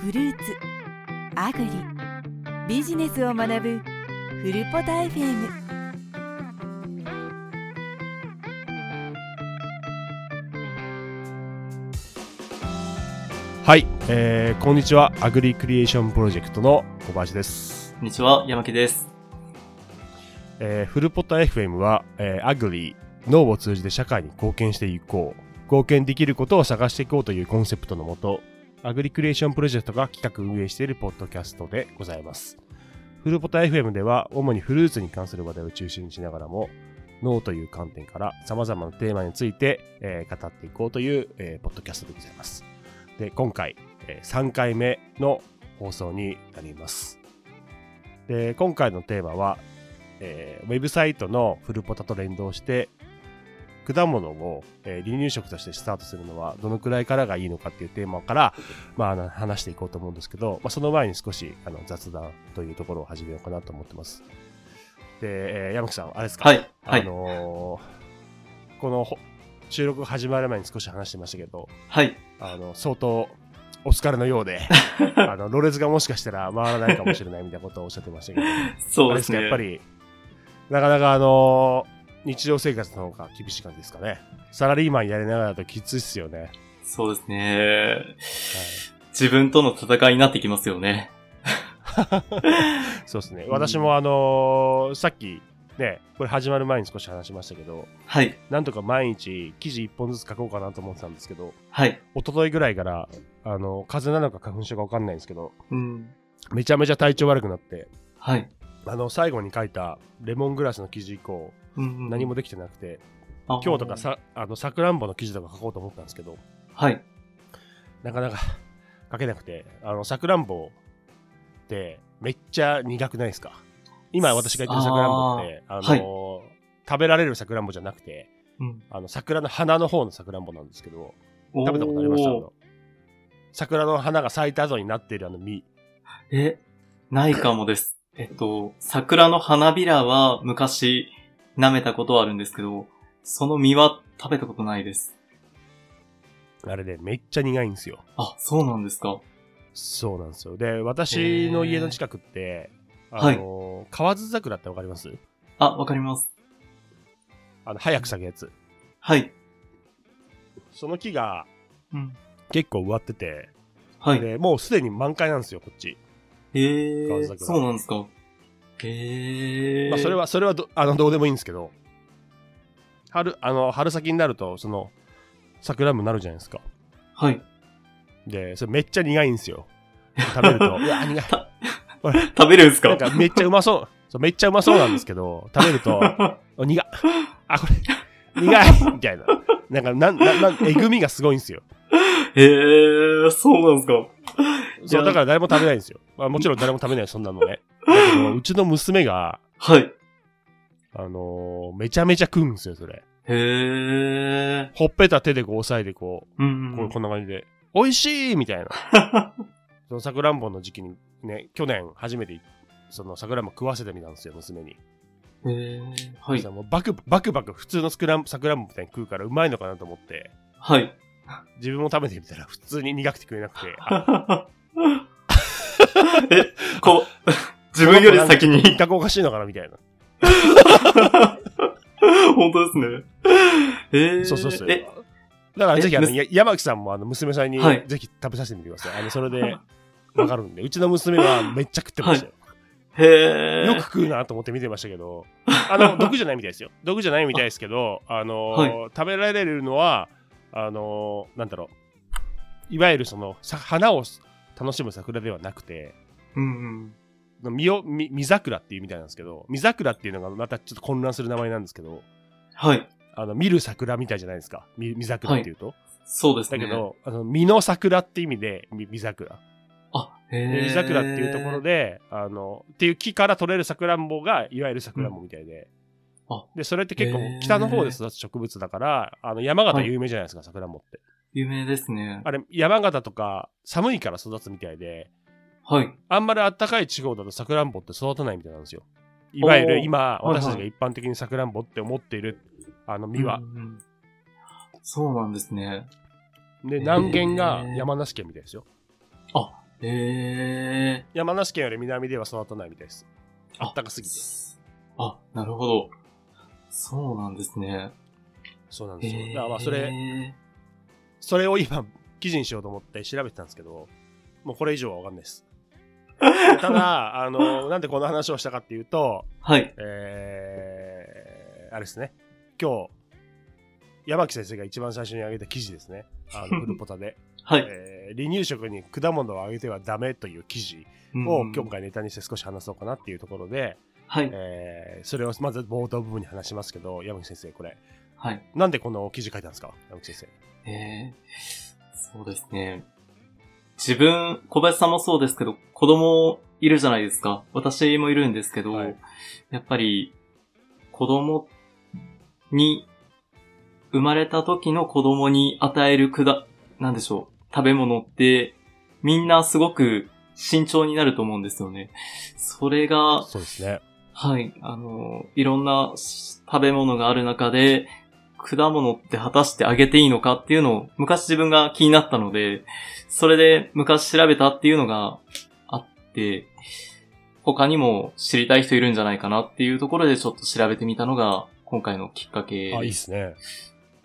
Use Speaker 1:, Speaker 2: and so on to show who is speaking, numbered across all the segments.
Speaker 1: フルーツアグリビジネスを学ぶフルポタ FM
Speaker 2: はい、えー、こんにちは。アグリクリエーションプロジェクトの小林です。
Speaker 3: こんにちは、山木です。
Speaker 2: えー、フルポタ FM は、えー、アグリ、脳を通じて社会に貢献していこう。貢献できることを探していこうというコンセプトのもと、アグリクリエーションプロジェクトが企画運営しているポッドキャストでございます。フルポタ FM では、主にフルーツに関する話題を中心にしながらも、脳という観点から様々なテーマについて、えー語っていこうという、えーポッドキャストでございます。で、今回、えー3回目の放送になります。で、今回のテーマは、えーウェブサイトのフルポタと連動して、果物を、えー離乳食としてスタートするのはどのくらいからがいいのかっていうテーマから、まああの、話していこうと思うんですけど、まあ、その前に少しあの雑談というところを始めようかなと思ってます。で、えー山木さん、あれですか、
Speaker 3: はい、は
Speaker 2: あ
Speaker 3: い、
Speaker 2: のーこのほ収録が始まる前に少し話してましたけど、
Speaker 3: はい。
Speaker 2: あの、相当お疲れのよう で、あの、ロレズがもしかしたら回らないかもしれないみたいなことをおっしゃってましたけど、
Speaker 3: そ
Speaker 2: あ
Speaker 3: う
Speaker 2: れ
Speaker 3: で
Speaker 2: ですすか、
Speaker 3: ね。
Speaker 2: やっぱり、なかなかあのー日常生活の方が厳しい感じですかね。サラリーマンやりながらだときついっすよね。
Speaker 3: そうですね。自分との戦いになってきますよね。
Speaker 2: そうですね。
Speaker 3: ん
Speaker 2: 私もあのーさっき、ね、これ始まる前に少し話しましたけど、
Speaker 3: はい、
Speaker 2: なんとか毎日記事1本ずつ書こうかなと思ってたんですけど、
Speaker 3: はい。
Speaker 2: 一昨日ぐらいから、あの、風邪なのか花粉症かわかんないんですけど、
Speaker 3: うん。
Speaker 2: めちゃめちゃ体調悪くなって、
Speaker 3: はい。
Speaker 2: あの、最後に書いたレモングラスの記事以降、
Speaker 3: うん
Speaker 2: 何もできてなくて、
Speaker 3: 今
Speaker 2: 今日とか。さ、あの、さくらんぼの記事とか書こうと思ったんですけど、
Speaker 3: はい、
Speaker 2: なかな か書けなくて、あの、さくらんぼってめっちゃ苦くないですか今私が言ってるさくらんぼって、あ
Speaker 3: ー
Speaker 2: の、食べられるさくらんぼじゃなくて、
Speaker 3: うん。
Speaker 2: あの、桜の花の方のさくらんぼなんですけど、
Speaker 3: 食
Speaker 2: 食べたことありましたあの桜の花が咲いた後になっているあの実。
Speaker 3: え、ないかもです。えっと、桜の花びらは昔舐めたことはあるんですけど、その実は食べたことないです。
Speaker 2: あれでめっちゃ苦いんですよ。
Speaker 3: あ、そうなんですか。
Speaker 2: そうなんですよ。で、私の家の近くって、
Speaker 3: ー
Speaker 2: あの、河津桜ってわかります
Speaker 3: あ、わかります。
Speaker 2: あの、早く咲くやつ。
Speaker 3: はい。
Speaker 2: その木が
Speaker 3: うん。
Speaker 2: 結構植わってて、
Speaker 3: はい。
Speaker 2: で、もうすでに満開なんですよ、こっち。
Speaker 3: え
Speaker 2: 川
Speaker 3: ー、
Speaker 2: 桜
Speaker 3: そうなんですか。えー。
Speaker 2: まあ、それは、それはど、あの、どうでもいいんですけど、春、あの、春先になると、その、桜もなるじゃないですか。
Speaker 3: はい。
Speaker 2: で、それめっちゃ苦いんですよ。食べる と。うわ、苦い。
Speaker 3: 食べるんですか
Speaker 2: なんかめっちゃうまそう。そうめっちゃうまそうなんですけど、食べる と、お苦っあ、これ、苦いみたいな。なんか、なん、なん、なん、えぐみがすごいんですよ。
Speaker 3: へえー、そうなんですか。
Speaker 2: そう、だから誰も食べないんですよ。まあもちろん誰も食べない、そんなのね。だけど、うちの娘が、
Speaker 3: はい。
Speaker 2: あのーめちゃめちゃ食うんですよ、それ。
Speaker 3: へえー。
Speaker 2: ほっぺた手でこう押さえてこ
Speaker 3: う
Speaker 2: う、
Speaker 3: んう
Speaker 2: こ
Speaker 3: ん
Speaker 2: うこんな感じで、美味しいみたいな。そのさくらんぼの時期にね、去年初めて、そのさくらんぼ食わせてみたんですよ、娘に。
Speaker 3: へえー。は
Speaker 2: そし
Speaker 3: い
Speaker 2: た。らもうバクバクバク普通のさくらんさくらんぼみたいに食うからうまいのかなと思って、
Speaker 3: はい。
Speaker 2: 自分も食べてみたら普通に苦くて食えなく て、
Speaker 3: え、こう、自分より先に。
Speaker 2: 一角おかしいのかなみたいな。
Speaker 3: 本当ですね。えー、
Speaker 2: そうそうそう。
Speaker 3: え、
Speaker 2: だからぜひあの、
Speaker 3: え
Speaker 2: や山木さんもあの娘さんに
Speaker 3: はい
Speaker 2: ぜひ食べさせてみてください。あの、それでわかるんで。うちの娘はめっちゃ食ってましたよ。
Speaker 3: へー
Speaker 2: よく食うなと思って見てましたけど、あ の、毒じゃないみたいですよ。毒じゃないみたいですけど、あのー食べられるのは、あのーなんだろう、いわゆるその、さ花を楽しむ桜ではなくて、
Speaker 3: うんうん。
Speaker 2: 実を、み実桜っていうみたいなんですけど、実桜っていうのがまたちょっと混乱する名前なんですけど、
Speaker 3: はい。
Speaker 2: あの、見る桜みたいじゃないですか。み実桜っていうと。
Speaker 3: そうです
Speaker 2: だ
Speaker 3: ね。
Speaker 2: け、ど、あの、実の桜って意味で、み実桜。
Speaker 3: あ、へ
Speaker 2: で、
Speaker 3: え。
Speaker 2: 実桜っていうところ。で、あの、っていう木から取れる桜んぼが、いわゆる桜んぼみたいで。
Speaker 3: うんあ
Speaker 2: で、それって結構
Speaker 3: へー
Speaker 2: 北の方で育つ植物だから、あの、山形有名じゃないですか、桜んぼって。
Speaker 3: 有名ですね。
Speaker 2: あれ、山形とか寒いから育つみたいで、
Speaker 3: はい。
Speaker 2: あんまり暖かい地方だと桜んぼって育たないみたいなんですよ。いわゆ
Speaker 3: お
Speaker 2: る
Speaker 3: ー
Speaker 2: 今、
Speaker 3: はいはい
Speaker 2: 私たちが一般的に桜んぼって思っている、あの実は
Speaker 3: うん。うん。そうなんですね。
Speaker 2: で、南限が山梨県みたいですよ。
Speaker 3: あ、ええ
Speaker 2: 山梨県より南では育たないみたいです。
Speaker 3: あ
Speaker 2: あったかすぎて。
Speaker 3: あ、なるほど。そうなんですね。
Speaker 2: そうなん
Speaker 3: え
Speaker 2: ですよ。だ
Speaker 3: え
Speaker 2: からまあそれ、
Speaker 3: え
Speaker 2: それを今記事にしようと思って調べてたんですけど、もうこれ以上はわかんない です。ただ、あの、なんでこの話をしたかっていうと、
Speaker 3: ーはい。
Speaker 2: えー、あれですね。今日、山木先生が一番最初に挙げた記事ですね。あ の、フルポタで。
Speaker 3: はい。
Speaker 2: えー離乳食に果物をあげてはダメという記事を
Speaker 3: うん
Speaker 2: 今回ネタにして少し話そうかなっていうところで、
Speaker 3: はい。
Speaker 2: えーそれをまず冒頭部分に話しますけど、山木先生、これ、
Speaker 3: はい。
Speaker 2: なんでこの記事書いたんですか山木先
Speaker 3: ええそうですね。自分、小林さんもそうですけど、子供いるじゃないですか。私もいるんですけど、
Speaker 2: はい
Speaker 3: やっぱり、子供に、生まれた時の子供に与えるくだ、なんでしょう、食べ物って、みんなすごく慎重になると思うんですよね。それが
Speaker 2: 生。、そうですね。
Speaker 3: はい。あの、いろんなし食べ物がある中で、果物って果たしてあげていいのかっていうのを昔自分が気になったので、それで昔調べたっていうのがあって、他にも知りたい人いるんじゃないかなっていうところでちょっと調べてみたのが今回のきっかけ
Speaker 2: あ、いい
Speaker 3: で。
Speaker 2: ですすね。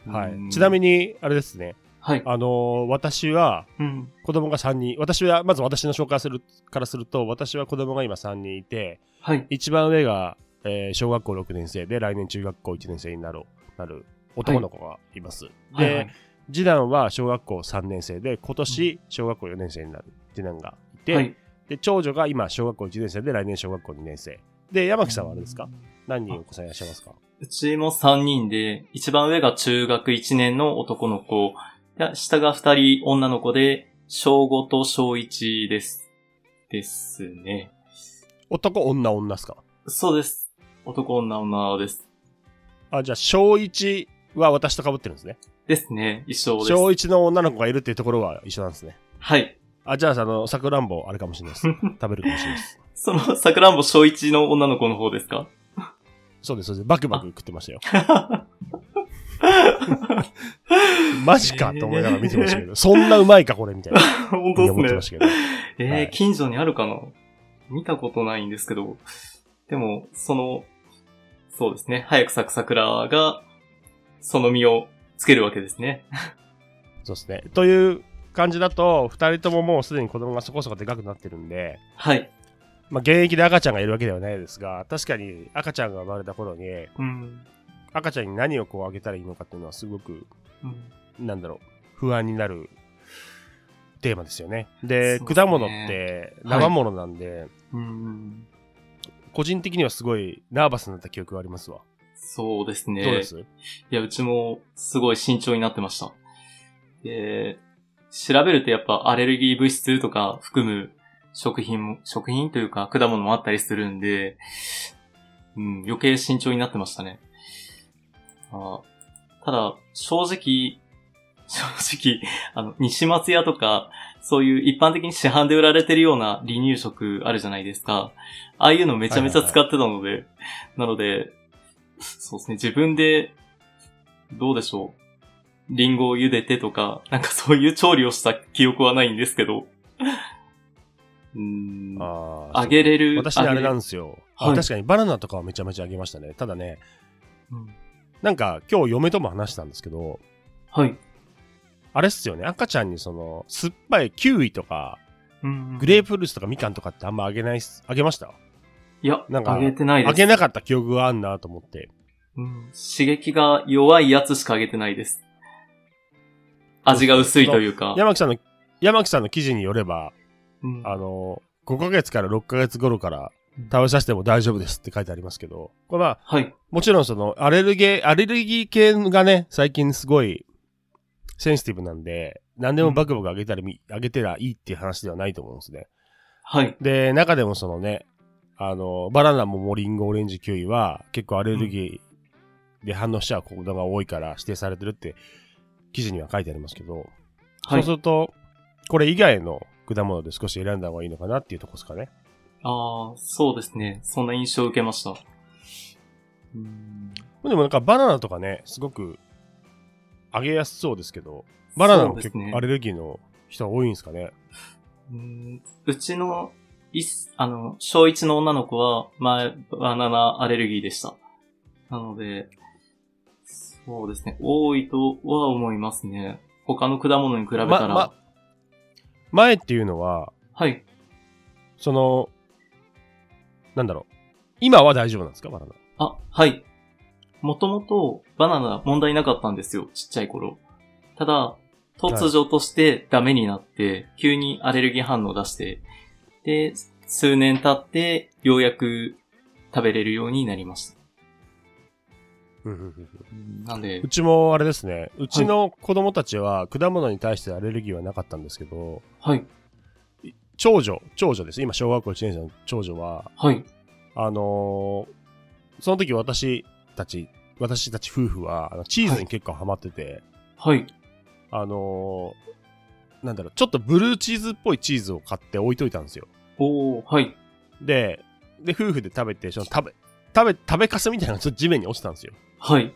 Speaker 2: は
Speaker 3: う
Speaker 2: い。
Speaker 3: ん
Speaker 2: ちなみに、あれですね。
Speaker 3: はい。
Speaker 2: あのー私は、
Speaker 3: うん。
Speaker 2: 子供が3人、私は、まず私の紹介する、からすると、私は子供が今3人いて、
Speaker 3: はい。
Speaker 2: 一番上が、えー小学校6年生で、来年中学校1年生になる、なる男の子がいます。
Speaker 3: は
Speaker 2: で、
Speaker 3: いはい
Speaker 2: 次男は小学校3年生で、今年小学校4年生になる次男がいて、
Speaker 3: はい。
Speaker 2: で、長女が今小学校1年生で、来年小学校2年生。で、山木さんはあれですか何人お子さんいらっしゃいますか
Speaker 3: うちも3人で、一番上が中学1年の男の子、で下が2人女の子で、小5と小1です。ですね。
Speaker 2: 男、女、女ですか
Speaker 3: そうです。男女女です。
Speaker 2: あ、じゃあ、小1は私と被ってるんですね。
Speaker 3: ですね。一緒です。
Speaker 2: 小1の女の子がいるっていうところは一緒なんですね。
Speaker 3: はい。
Speaker 2: あ、じゃあ、あの、さくらんぼあれかもしれない です。食べるかもしれないです。
Speaker 3: その、桜んぼ小1の女の子の方ですか
Speaker 2: そうです、そうです。バクバク食ってましたよ。マ
Speaker 3: マ
Speaker 2: ジかと思いながら見てましたけど、そんなうまいかこれみたいな。
Speaker 3: 本当
Speaker 2: 思って
Speaker 3: で
Speaker 2: ますした
Speaker 3: ね。
Speaker 2: けど。
Speaker 3: えー
Speaker 2: はい
Speaker 3: 近所にあるかな見たことないんですけど。でも、その、そうですね。早く咲く桜が、その実をつけるわけですね。
Speaker 2: そうですね。という感じだと、二人とももうすでに子供がそこそこでかくなってるんで、
Speaker 3: はい。
Speaker 2: まあ現役で赤ちゃんがいるわけではないですが、確かに赤ちゃんが生まれた頃に、
Speaker 3: うん。
Speaker 2: 赤ちゃんに何をこうあげたらいいのかっていうのはすごく、
Speaker 3: うん
Speaker 2: なんだろう、不安になるテーマですよね。で、
Speaker 3: そうですね
Speaker 2: 果物って生ものなんで、
Speaker 3: うん。
Speaker 2: 個人的にはすごいナーバスになった記憶がありますわ。
Speaker 3: そうですね。
Speaker 2: どうです
Speaker 3: いや、うちもすごい慎重になってました。で、調べるとやっぱアレルギー物質とか含む食品も、食品というか果物もあったりするんで、うん、余計慎重になってましたね。あただ、正直、 正直、あの、西松屋とか、そういう一般的に市販で売られてるような離乳食あるじゃないですか。ああいうのめちゃめちゃ使ってたので、なので、そうですね、自分で、どうでしょう。リンゴを茹でてとか、なんかそういう調理をした記憶はないんですけど。うーん。
Speaker 2: あー
Speaker 3: あげれる。
Speaker 2: 私ね、あれなん
Speaker 3: で
Speaker 2: ですよ。
Speaker 3: はい
Speaker 2: あ確かにバナナとかはめちゃめちゃあげましたね。ただね、
Speaker 3: うん、
Speaker 2: なんか今日嫁とも話したんですけど、
Speaker 3: はい。
Speaker 2: あれっすよね、赤ちゃんにその、酸っぱいキウイとか、
Speaker 3: うん
Speaker 2: グレープフルーツとかみかんとかってあんまあげないっす、あげました
Speaker 3: いや、
Speaker 2: なんか
Speaker 3: あげてないです。
Speaker 2: あげなかった記憶があんなと思って。
Speaker 3: うん刺激が弱いやつしかあげてないです。味が薄いというか。
Speaker 2: 山木さんの、山木さんの記事によれば、
Speaker 3: うん
Speaker 2: あの、5ヶ月から6ヶ月頃から食べさせても大丈夫ですって書いてありますけど、これまあ、
Speaker 3: はい。
Speaker 2: もちろんその、アレルギー、アレルギー系がね、最近すごい、センシティブなんで、何でもバクバクあげたり、あげてらいいっていう話ではないと思うんですね。
Speaker 3: はい。
Speaker 2: で、中でもそのね、あの、バナナもモリンゴ、オレンジ、キウイは、結構アレルギーで反応しちゃう子供が多いから指定されてるって、記事には書いてありますけど、
Speaker 3: は
Speaker 2: そうす
Speaker 3: い。
Speaker 2: ると、これ以外の果物で少し選んだ方がいいのかなっていうとこですかね。
Speaker 3: ああ、そうですね。そんな印象を受けました。うん
Speaker 2: でもなんかバナナとかね、すごく、あげやすそうですけど、バナナも
Speaker 3: そうで
Speaker 2: 結
Speaker 3: すね
Speaker 2: 構アレルギーの人は多いんですかね。
Speaker 3: うんうちの、いっあの、小一の女の子は、前、バナナアレルギーでした。なので、そうですね、多いとは思いますね。他の果物に比べた
Speaker 2: ま
Speaker 3: ら。
Speaker 2: ま前っていうのは、
Speaker 3: はい。
Speaker 2: その、なんだろう。今は大丈夫なんですかバナナ。
Speaker 3: あ、はい。もともとバナナ問題なかったんですよ、ちっちゃい頃。ただ、突如としてダメになって、急にアレルギー反応を出して、で、数年経って、ようやく食べれるようになりました。うんなんで
Speaker 2: う、ちもあれですね。うちの子供たちは果物に対してアレルギーはなかったんですけど、
Speaker 3: はい、
Speaker 2: 長女、長女です。今、小学校1年生の長女は、
Speaker 3: はい、
Speaker 2: あのーその時私たち、私たち夫婦は、あのチーズに結構ハマってて、
Speaker 3: はい、
Speaker 2: あのーなんだろう、ちょっとブルーチーズっぽいチーズを買って置いといたんですよ。
Speaker 3: おー、はい、
Speaker 2: で、で、夫婦で食べて、その食べ、食べ、食べかすみたいなのがちょっと地面に落ちたんですよ。
Speaker 3: はい、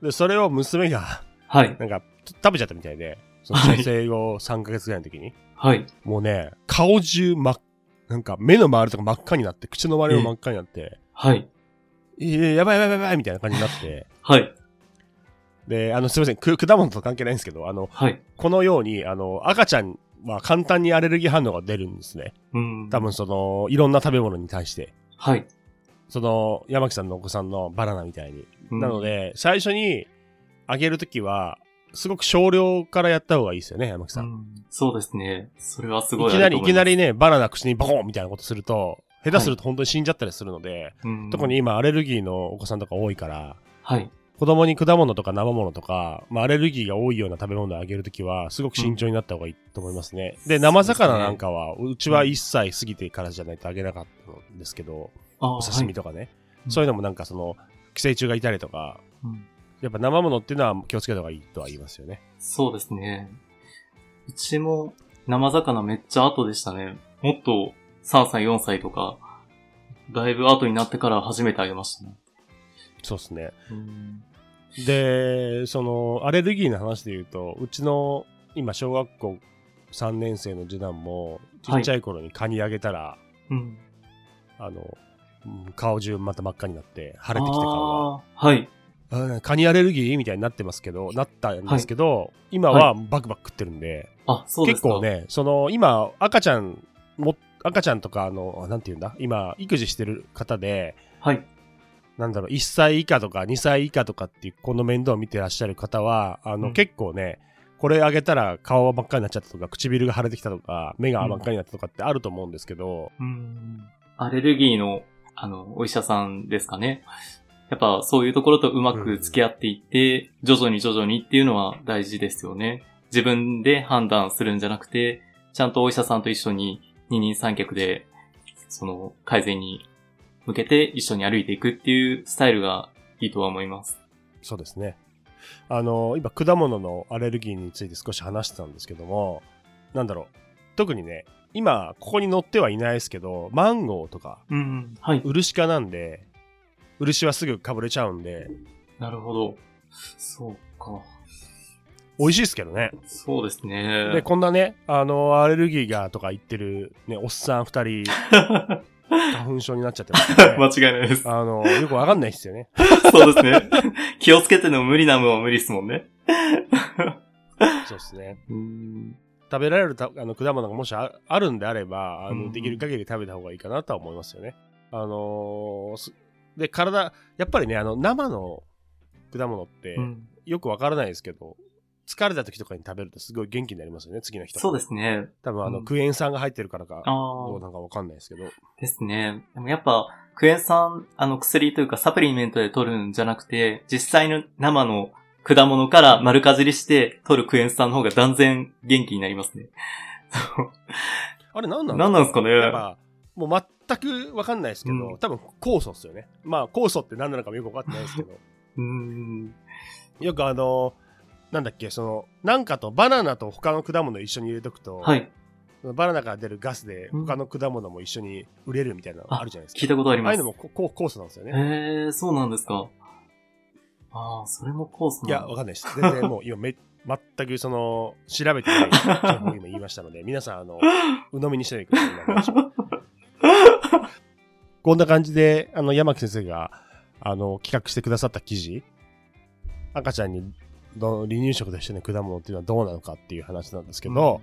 Speaker 2: で、それを娘が、
Speaker 3: はい、
Speaker 2: なんか、ちょ食べちゃったみたいで、その
Speaker 3: はい
Speaker 2: 生後3ヶ月ぐらいの時に、
Speaker 3: はい、
Speaker 2: もうね、顔中真っ、なんか目の周りとか真っ赤になって、口の周りも真っ赤になって、
Speaker 3: はい、
Speaker 2: いややばいやばいやばいみたいな感じになって、
Speaker 3: はい、
Speaker 2: で、あの、すいません、く果物と関係ないんですけど、あの、
Speaker 3: はい、
Speaker 2: このように、あの、赤ちゃんは簡単にアレルギー反応が出るんですね。
Speaker 3: うん、
Speaker 2: 多分その、いろんな食べ物に対して。
Speaker 3: はい、
Speaker 2: その、山木さんのお子さんのバナナみたいに。
Speaker 3: うん
Speaker 2: なの、で、最初にあげるときは、すごく少量からやった方がいいですよね、山木
Speaker 3: う
Speaker 2: さん。
Speaker 3: んそうですね。それはす
Speaker 2: い
Speaker 3: ごい
Speaker 2: きなり、いきな
Speaker 3: り、
Speaker 2: りね、バナナ口にボコンみたいなことすると、下手すると本当に死んじゃったりするので、
Speaker 3: うん
Speaker 2: 特に、今アレルギーのお子さんとか多いから、
Speaker 3: はい、
Speaker 2: 子供に果物とか生物とか、まあ、アレルギーが多いような食べ物をあげるときは、すごく慎重になった方がいいと思いますね。
Speaker 3: うん
Speaker 2: で、生魚なんかは、うちは
Speaker 3: うん
Speaker 2: 1歳過ぎてからじゃないとあげなかったんですけど、
Speaker 3: あ
Speaker 2: お
Speaker 3: ー
Speaker 2: 刺身とかね、
Speaker 3: うん
Speaker 2: そういうのもなんかその、寄生虫がいたりとか、
Speaker 3: はいうん
Speaker 2: やっぱ生物っていうのは気をつけた方がいいとは言いますよね。
Speaker 3: そうですね。うちも生魚めっちゃ後でしたね。もっと3歳、4歳とか、だいぶ後になってから初めてあげましたね。
Speaker 2: そうですね。
Speaker 3: うん
Speaker 2: で、その、アレルギーの話で言うと、うちの、今、小学校3年生の次男も、ち
Speaker 3: はい
Speaker 2: っちゃい頃にカニあげたら、
Speaker 3: うん。
Speaker 2: あの、うん顔中また真っ赤になって、腫れてきて顔が。
Speaker 3: あーはい。
Speaker 2: あーカニアレルギーみたいになってますけど、なったんですけど、今はバクバク食ってるんで、
Speaker 3: あ、そうで
Speaker 2: 結
Speaker 3: すか。
Speaker 2: 構。ね、その、今、赤ちゃんも、赤ちゃんとか、あの、あなんて言うんだ、今、育児してる方で、
Speaker 3: はい。
Speaker 2: なんだろう、1歳以下とか2歳以下とかっていうこの面倒を見てらっしゃる方は、あの、
Speaker 3: うん
Speaker 2: 結構ね、これあげたら顔は真っ赤になっちゃったとか、唇が腫れてきたとか、目が真っ赤になったとかってあると思うんですけど、
Speaker 3: うん。アレルギーの、あの、お医者さんですかね。やっぱそういうところとうまく付き合っていって、徐々に徐々にっていうのは大事ですよね。自分で判断するんじゃなくて、ちゃんとお医者さんと一緒に二人三脚で、その改善に向けて一緒に歩いていくっていうスタイルがいいとは思います。
Speaker 2: そうですね。あの、今、果物のアレルギーについて少し話してたんですけども、なんだろう、特にね、今、ここに載ってはいないですけど、マンゴーとか、
Speaker 3: うん。はい。
Speaker 2: ウルシカなんで、漆はすぐかぶれちゃうんで、
Speaker 3: なるほど。そうか。
Speaker 2: 美味しいですけどね。
Speaker 3: そうですね。
Speaker 2: で、こんなね、あの、アレルギーがとか言ってる、ね、おっさん二人、
Speaker 3: 間。
Speaker 2: 花粉症になっちゃって ますね
Speaker 3: 違いないです。
Speaker 2: あの、よくわかんないですよね。
Speaker 3: そうですね。 気をつけての無理なものは無理ですもんね。
Speaker 2: そうですね。
Speaker 3: うん。
Speaker 2: 食べられるたあの果物がもしああるんであれば、あ
Speaker 3: う
Speaker 2: の
Speaker 3: ん
Speaker 2: できる限り食べた方がいいかなとは思いますよね。あのーすで、体、やっぱりね、あの、生の果物って、よくわからないですけど、疲れた時とかに食べるとすごい元気になりますよね、次の人。。
Speaker 3: そうですすね。
Speaker 2: 多分、あの、
Speaker 3: うん
Speaker 2: クエン酸が入ってるからか、
Speaker 3: あ
Speaker 2: どう
Speaker 3: あ。
Speaker 2: なんかわかんないですけど。
Speaker 3: ですね。でもやっぱ、クエン酸、あの薬というかサプリメントで取るんじゃなくて、実際の生の果物から丸かじりして取るクエン酸の方が断然元気になりますね。
Speaker 2: あれ、なんなん
Speaker 3: 何なんですかね
Speaker 2: やっぱ、もう全くわかんないですけど、
Speaker 3: うん
Speaker 2: 多分、酵素っすよね。まあ、酵素って何なのかもよくわかってないですけど。
Speaker 3: うん。
Speaker 2: よくあの、なんだっけ、その、なんかとバナナと他の果物一緒に入れとくと、
Speaker 3: はい。
Speaker 2: そのバナナから出るガスで
Speaker 3: うん
Speaker 2: 他の果物も一緒に売れるみたいなの
Speaker 3: あ
Speaker 2: あるじゃないですか。
Speaker 3: 聞いたことあり
Speaker 2: ああ
Speaker 3: ま
Speaker 2: いう
Speaker 3: す
Speaker 2: の。もここう酵素なんですよね。
Speaker 3: へえ、そうなんですか。ああ、それもコース
Speaker 2: いや、わかんないです。全然もう今め、全くその、調べてない情報を今言いまましたので、皆さん、あの、鵜呑みにしないでくださいお願いします。こんな感じで、あの、山木先生が、あの、企画してくださった記事、赤ちゃんにど離乳食としての果物っていうのはどうなのかっていう話なんですけど、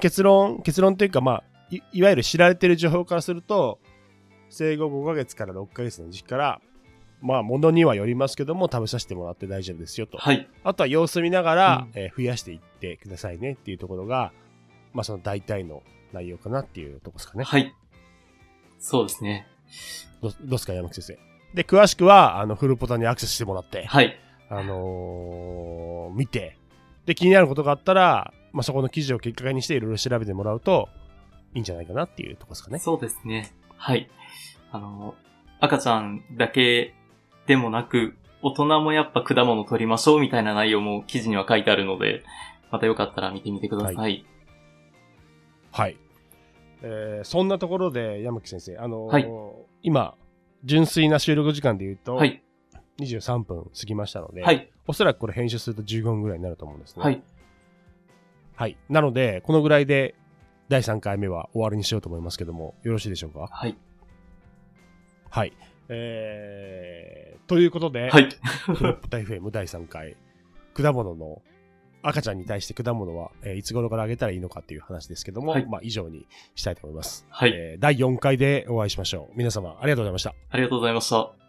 Speaker 2: 結論、結論というか、まあい、いわゆる知られてる情報からすると、生後5ヶ月から6ヶ月の時期から、まあ、ものにはよりますけども、食べさせてもらって大丈夫ですよと。
Speaker 3: はい。
Speaker 2: あとは様子見ながら、
Speaker 3: う
Speaker 2: えー増やしていってくださいねっていうところが、まあその大体の内容かなっていうとこですかね。
Speaker 3: はい。そうですね。
Speaker 2: どどうですか、山口先生。で、詳しくは、あの、フルポタにアクセスしてもらって、
Speaker 3: はい。
Speaker 2: あのー見て、で、気になることがあったら、まあそこの記事をきっかけにしていろいろ調べてもらうと、いいんじゃないかなっていうとこですかね。
Speaker 3: そうですね。はい。あの、赤ちゃんだけでもなく、大人もやっぱ果物取りましょうみたいな内容も記事には書いてあるので、またよかったら見てみてください。
Speaker 2: ははい。えーそんなところで、山口先生、あのー
Speaker 3: はい
Speaker 2: 今、純粋な収録時間で言うと、
Speaker 3: はい。
Speaker 2: 23分過ぎましたので、
Speaker 3: はい。
Speaker 2: おそらくこれ編集すると15分ぐらいになると思うんですね。
Speaker 3: はい。
Speaker 2: はい。なので、このぐらいで第3回目は終わりにしようと思いますけども、よろしいでしょうか
Speaker 3: はい。
Speaker 2: はい。えー、ということで、
Speaker 3: はい。
Speaker 2: フロップタ FM 第3回、果物の、赤ちゃんに対して果物は、えーいつ頃からあげたらいいのかっていう話ですけども、
Speaker 3: はい
Speaker 2: まあ以上にしたいと思います。
Speaker 3: はい。
Speaker 2: えー第4回でお会いしましょう。皆様ありがとうございました。
Speaker 3: ありがとうございました。